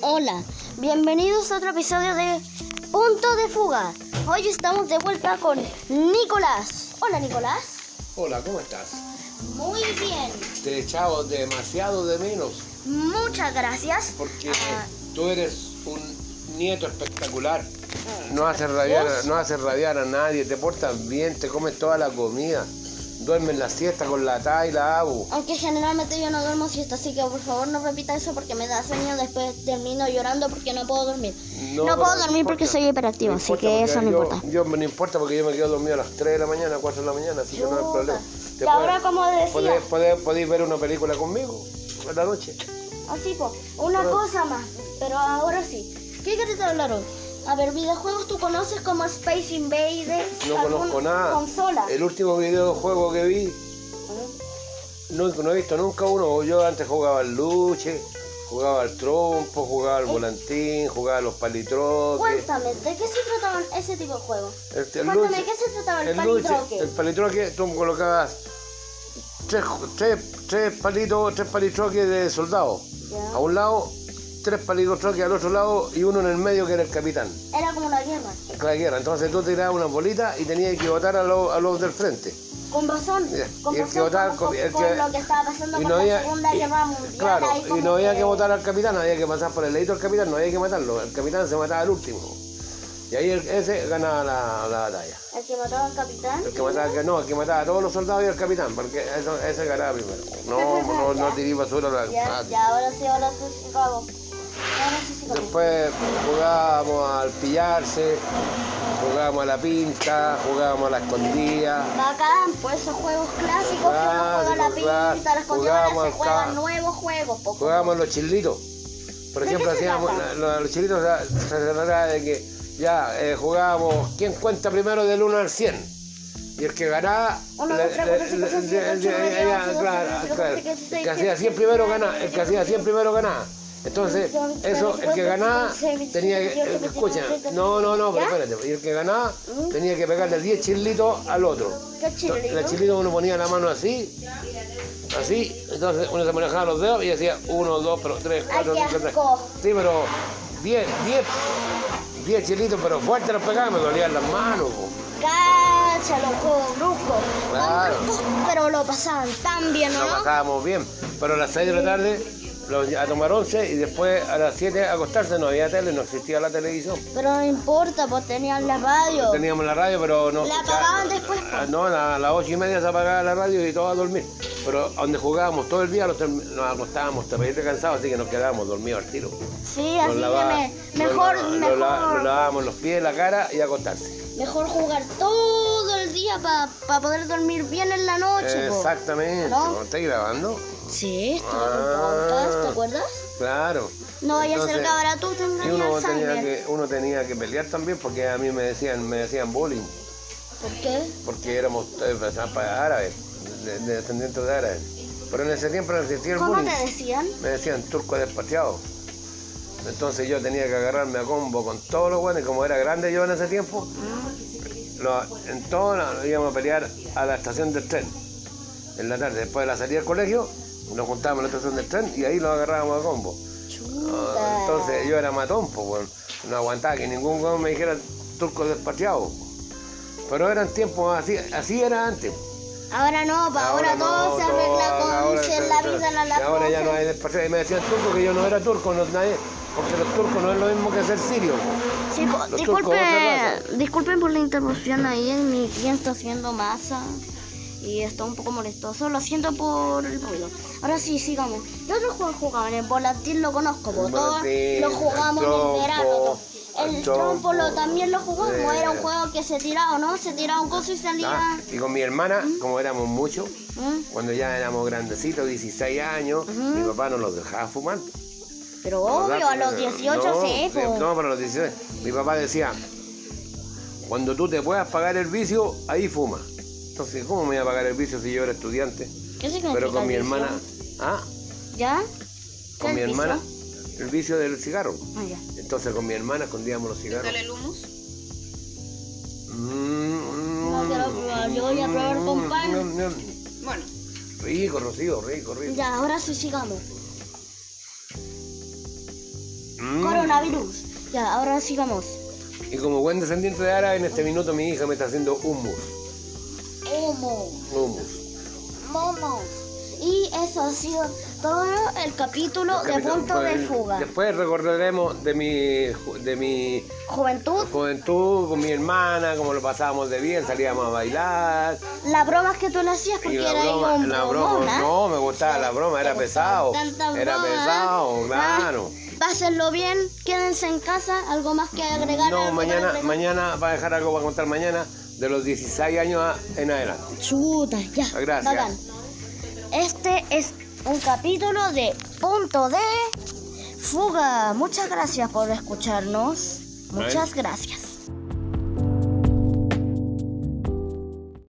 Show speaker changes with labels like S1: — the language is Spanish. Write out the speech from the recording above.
S1: Hola, bienvenidos a otro episodio de Punto de Fuga. Hoy estamos de vuelta con Nicolás. Hola Nicolás.
S2: Hola, ¿cómo estás?
S1: Muy bien.
S2: Te he echado demasiado de menos
S1: Muchas gracias.
S2: porque
S1: Ah,
S2: tú eres un nieto espectacular. No haces rabiar,
S1: Ah. ¿Vos?
S2: no haces rabiar a nadie, te portas bien, te comes toda la comida, duermes la siesta con la ta y la abu.
S1: aunque generalmente yo no duermo siesta, así que por favor no repita eso porque me da sueño. Después termino llorando porque no puedo dormir. No,
S2: pero
S1: puedo
S2: no
S1: dormir porque
S2: importa.
S1: soy hiperactivo,
S2: No
S1: así
S2: importa,
S1: que
S2: porque
S1: eso no
S2: yo-
S1: importa.
S2: Yo no importa porque yo me quedo dormido a las 3 de la mañana, 4 de la mañana, así que no hay problema.
S1: Chuta.
S2: Te
S1: Y ahora,
S2: puedes-
S1: como decía,
S2: podés- podés- podéis ver una película conmigo en la noche.
S1: así Ah, po, una
S2: Pero-
S1: cosa más, pero ahora sí. ¿Qué querés hablar hoy? A ver, videojuegos tú conoces como Space Invaders.
S2: No
S1: alguna
S2: conozco nada.
S1: Consola. Mm,
S2: El último videojuego que vi No, no he visto nunca uno. Yo antes jugaba al luche, jugaba al trompo, jugaba al volantín, jugaba a los palitroques.
S1: Cuéntame, ¿de qué se trataban ese tipo de juegos?
S2: Este, el
S1: Cuéntame,
S2: luche-
S1: ¿qué se trataba el,
S2: el
S1: palitroque?
S2: luche, el palitroque, tú colocabas tres, tres, tres palitos, tres palitroques de soldado.
S1: Ya.
S2: A un lado, tres palitroques al otro lado y uno en el medio que era el capitán.
S1: Era como una guerra,
S2: La guerra. Entonces tú tirabas una bolita y tenías que botar a los, a los del frente.
S1: con razón,
S2: Ya,
S1: con
S2: y el que
S1: razón,
S2: votaba-
S1: con,
S2: con-
S1: con-
S2: el
S1: con
S2: que-
S1: lo que estaba pasando
S2: y
S1: con
S2: no había-
S1: la Segunda
S2: y-
S1: Guerra Mundial.
S2: Claro,
S1: ahí
S2: y
S1: como
S2: no había que matar al capitán, había que pasar por el leito al capitán, no había que matarlo, el capitán se mataba al último. Y ahí el- ese ganaba la, la batalla.
S1: El que mataba al capitán.
S2: El que mataba, al- no, el que mataba a todos los soldados y al capitán, porque eso- ese ganaba primero. No, no, no tiré basura a la
S1: Ya,
S2: ah,
S1: ya, ahora sí, ahora sí, sí, cago. Ahora sí, sí, cago.
S2: Después jugábamos al pillarse, jugábamos a la pinta, jugábamos a la escondida.
S1: Bacán, pues esos juegos clásicos que uno juega a la
S2: Clásicos, claro.
S1: pinta, las consolas,
S2: Jugábamos
S1: se
S2: al
S1: juegan
S2: ca-
S1: nuevos juegos, po.
S2: Jugábamos los chilitos. Por
S1: ¿De
S2: ejemplo,
S1: qué se
S2: hacíamos
S1: trata?
S2: la- la- los chilitos la- se trataba de que ya eh, jugábamos quién cuenta primero del 1 al 100. Y el que ganaba,
S1: Uno,
S2: le-
S1: dos, tres, cuatro,
S2: le-
S1: cinco,
S2: le-
S1: seis,
S2: le-
S1: siete,
S2: le-
S1: ocho, nueve,
S2: le-
S1: once, doce,
S2: claro,
S1: trece,
S2: claro.
S1: catorce, quince,
S2: El que hacía
S1: diecisiete,
S2: 100 primero
S1: dieciocho,
S2: ganaba, el que hacía 100 primero ganaba. Entonces,
S1: Dieciocho,
S2: eso, el que
S1: veinticuatro,
S2: ganaba
S1: veintiséis, veintisiete,
S2: tenía que.
S1: veintiocho,
S2: Escucha,
S1: veintinueve, treinta,
S2: no, no, no, pero
S1: ¿ya?
S2: espérate. Y el que ganaba
S1: ¿Mm?
S2: tenía que pegarle 10 chilitos al otro.
S1: Qué chilito.
S2: La chilito uno ponía la mano así, así, entonces uno se manejaba los dedos y hacía 1, 2, 3,
S1: Ay,
S2: 4,
S1: qué
S2: 5, 3.
S1: asco.
S2: Sí, pero 10, 10, 10 chilitos, pero fuerte los pegaba, me dolían las manos. po.
S1: Cacha, los juegos bruscos.
S2: Claro.
S1: Tan bruscos, pero lo pasaban tan bien, ¿no?
S2: Lo pasábamos bien, pero a las 6 de la tarde los- a tomar 11 y después a las 7 a acostarse, no había tele, no existía la televisión.
S1: Pero no importa, pues tenían la radio.
S2: Teníamos la radio, pero no.
S1: La apagaban después, po.
S2: Ah, No, a las ocho y media se apagaba la radio y todos a dormir. Pero donde jugábamos todo el día los term- nos acostábamos terrible cansados, así que nos quedábamos dormidos al tiro.
S1: Sí,
S2: Nos
S1: así
S2: lavaba-
S1: que me- mejor,
S2: nos la- nos
S1: mejor,
S2: la- nos lavábamos los pies, la cara y acostarse.
S1: mejor jugar todo el día para poder dormir bien en la noche. po.
S2: Exactamente.
S1: ¿No?
S2: ¿Estáis grabando?
S1: Sí, esto
S2: Ah.
S1: ¿te acuerdas?
S2: Claro.
S1: No vayas a ser
S2: Entonces,
S1: cabra tú, te
S2: Y
S1: engañas
S2: uno tenía,
S1: Alzheimer.
S2: que, uno tenía que pelear también porque a mí me decían, me decían bullying,
S1: ¿Por qué?
S2: porque éramos eh, árabes, de, de descendientes de árabes. Pero en ese tiempo no existía el
S1: ¿Cómo
S2: bullying.
S1: te decían?
S2: me decían turco despateado. Entonces yo tenía que agarrarme a combo con todos los buenos, como era grande yo en ese tiempo, lo- en todo nos íbamos a pelear a la estación del tren. En la tarde, después de la salida del colegio, nos juntábamos en la estación del tren y ahí nos agarrábamos a combo. Ah,
S1: Chuta.
S2: Entonces yo era matón, pues, weón. no aguantaba que ningún weón me dijera turco despateado. Pero eran tiempos así, así era antes.
S1: Ahora no, pa, ahora, todo
S2: no,
S1: se
S2: todo,
S1: arregla con
S2: ahora
S1: ser
S2: se-
S1: la
S2: se-
S1: risa, la
S2: y
S1: lágrima.
S2: Ahora ya no hay despacho. Y me decían turco que yo no era turco, no, nadie, porque los turcos no es lo mismo que ser sirio.
S1: Sí, po-
S2: Los turcos, otra
S1: disculpen, disculpen por la interrupción ahí, en mi guía está haciendo masa y está un poco molestoso, lo siento por el ruido. Ahora sí, sigamos. ¿Qué otro juego jugaban? El volantín lo conozco, po,
S2: El
S1: todos
S2: volantín,
S1: lo jugamos
S2: el
S1: en el verano.
S2: trompo,
S1: to- El,
S2: el
S1: trompo lo,
S2: trompo.
S1: también lo jugamos,
S2: Sí.
S1: era un juego que se tiraba, ¿no? Se tiraba un coso y salía...
S2: ¿ah? Y con mi hermana, como éramos muchos,
S1: ¿Mm?
S2: cuando ya éramos grandecitos, 16 años, mi papá nos los dejaba fumar.
S1: Pero
S2: Nos
S1: obvio,
S2: dejaba-
S1: a los 18
S2: no,
S1: se
S2: sí, No, pero a los 16. Mi papá decía, cuando tú te puedas pagar el vicio, ahí fuma. Entonces, ¿cómo me iba a pagar el vicio si yo era estudiante?
S1: ¿Qué significa
S2: Pero con mi
S1: vicio?
S2: hermana, ¿ah?
S1: ¿Ya?
S2: Con
S1: ¿Qué
S2: mi
S1: es vicio?
S2: hermana, el vicio del cigarro.
S1: Ah, ya.
S2: Entonces con mi hermana escondíamos los cigarros.
S3: el humus?
S2: Mm, mm,
S1: No, quiero probar, yo voy a probar con pan.
S2: Mm, mm,
S3: Bueno,
S2: mm. Rico, Rocío, rico, rico.
S1: Ya, ahora sí sigamos.
S2: Mm.
S1: Coronavirus. Ya, ahora sigamos.
S2: Y como buen descendiente de árabe, en este minuto mi hija me está haciendo hummus.
S1: Humo.
S2: Hummus.
S1: Momos. Y eso ha sido todo el capítulo de
S2: Capitán,
S1: Punto de
S2: pues,
S1: Fuga.
S2: Después recordaremos de mi, ju- de mi
S1: Juventud,
S2: juventud con mi hermana, cómo lo pasábamos de bien, salíamos a bailar.
S1: las bromas que tú le hacías
S2: Y
S1: porque
S2: la
S1: era
S2: broma,
S1: un
S2: la broma,
S1: bromona.
S2: no, me gustaba la broma, era
S1: Te
S2: pesado.
S1: gustaban tantas
S2: Era
S1: bromas.
S2: pesado,
S1: Ah,
S2: claro.
S1: Pásenlo bien, quédense en casa, algo más que agregar.
S2: No,
S1: ¿Algo más
S2: mañana,
S1: agregar?
S2: mañana va a dejar algo para contar mañana de los 16 años a- en adelante.
S1: Chuta, ya.
S2: Gracias.
S1: bacán. Este es un capítulo de Punto de Fuga. Muchas gracias por escucharnos. Muchas gracias.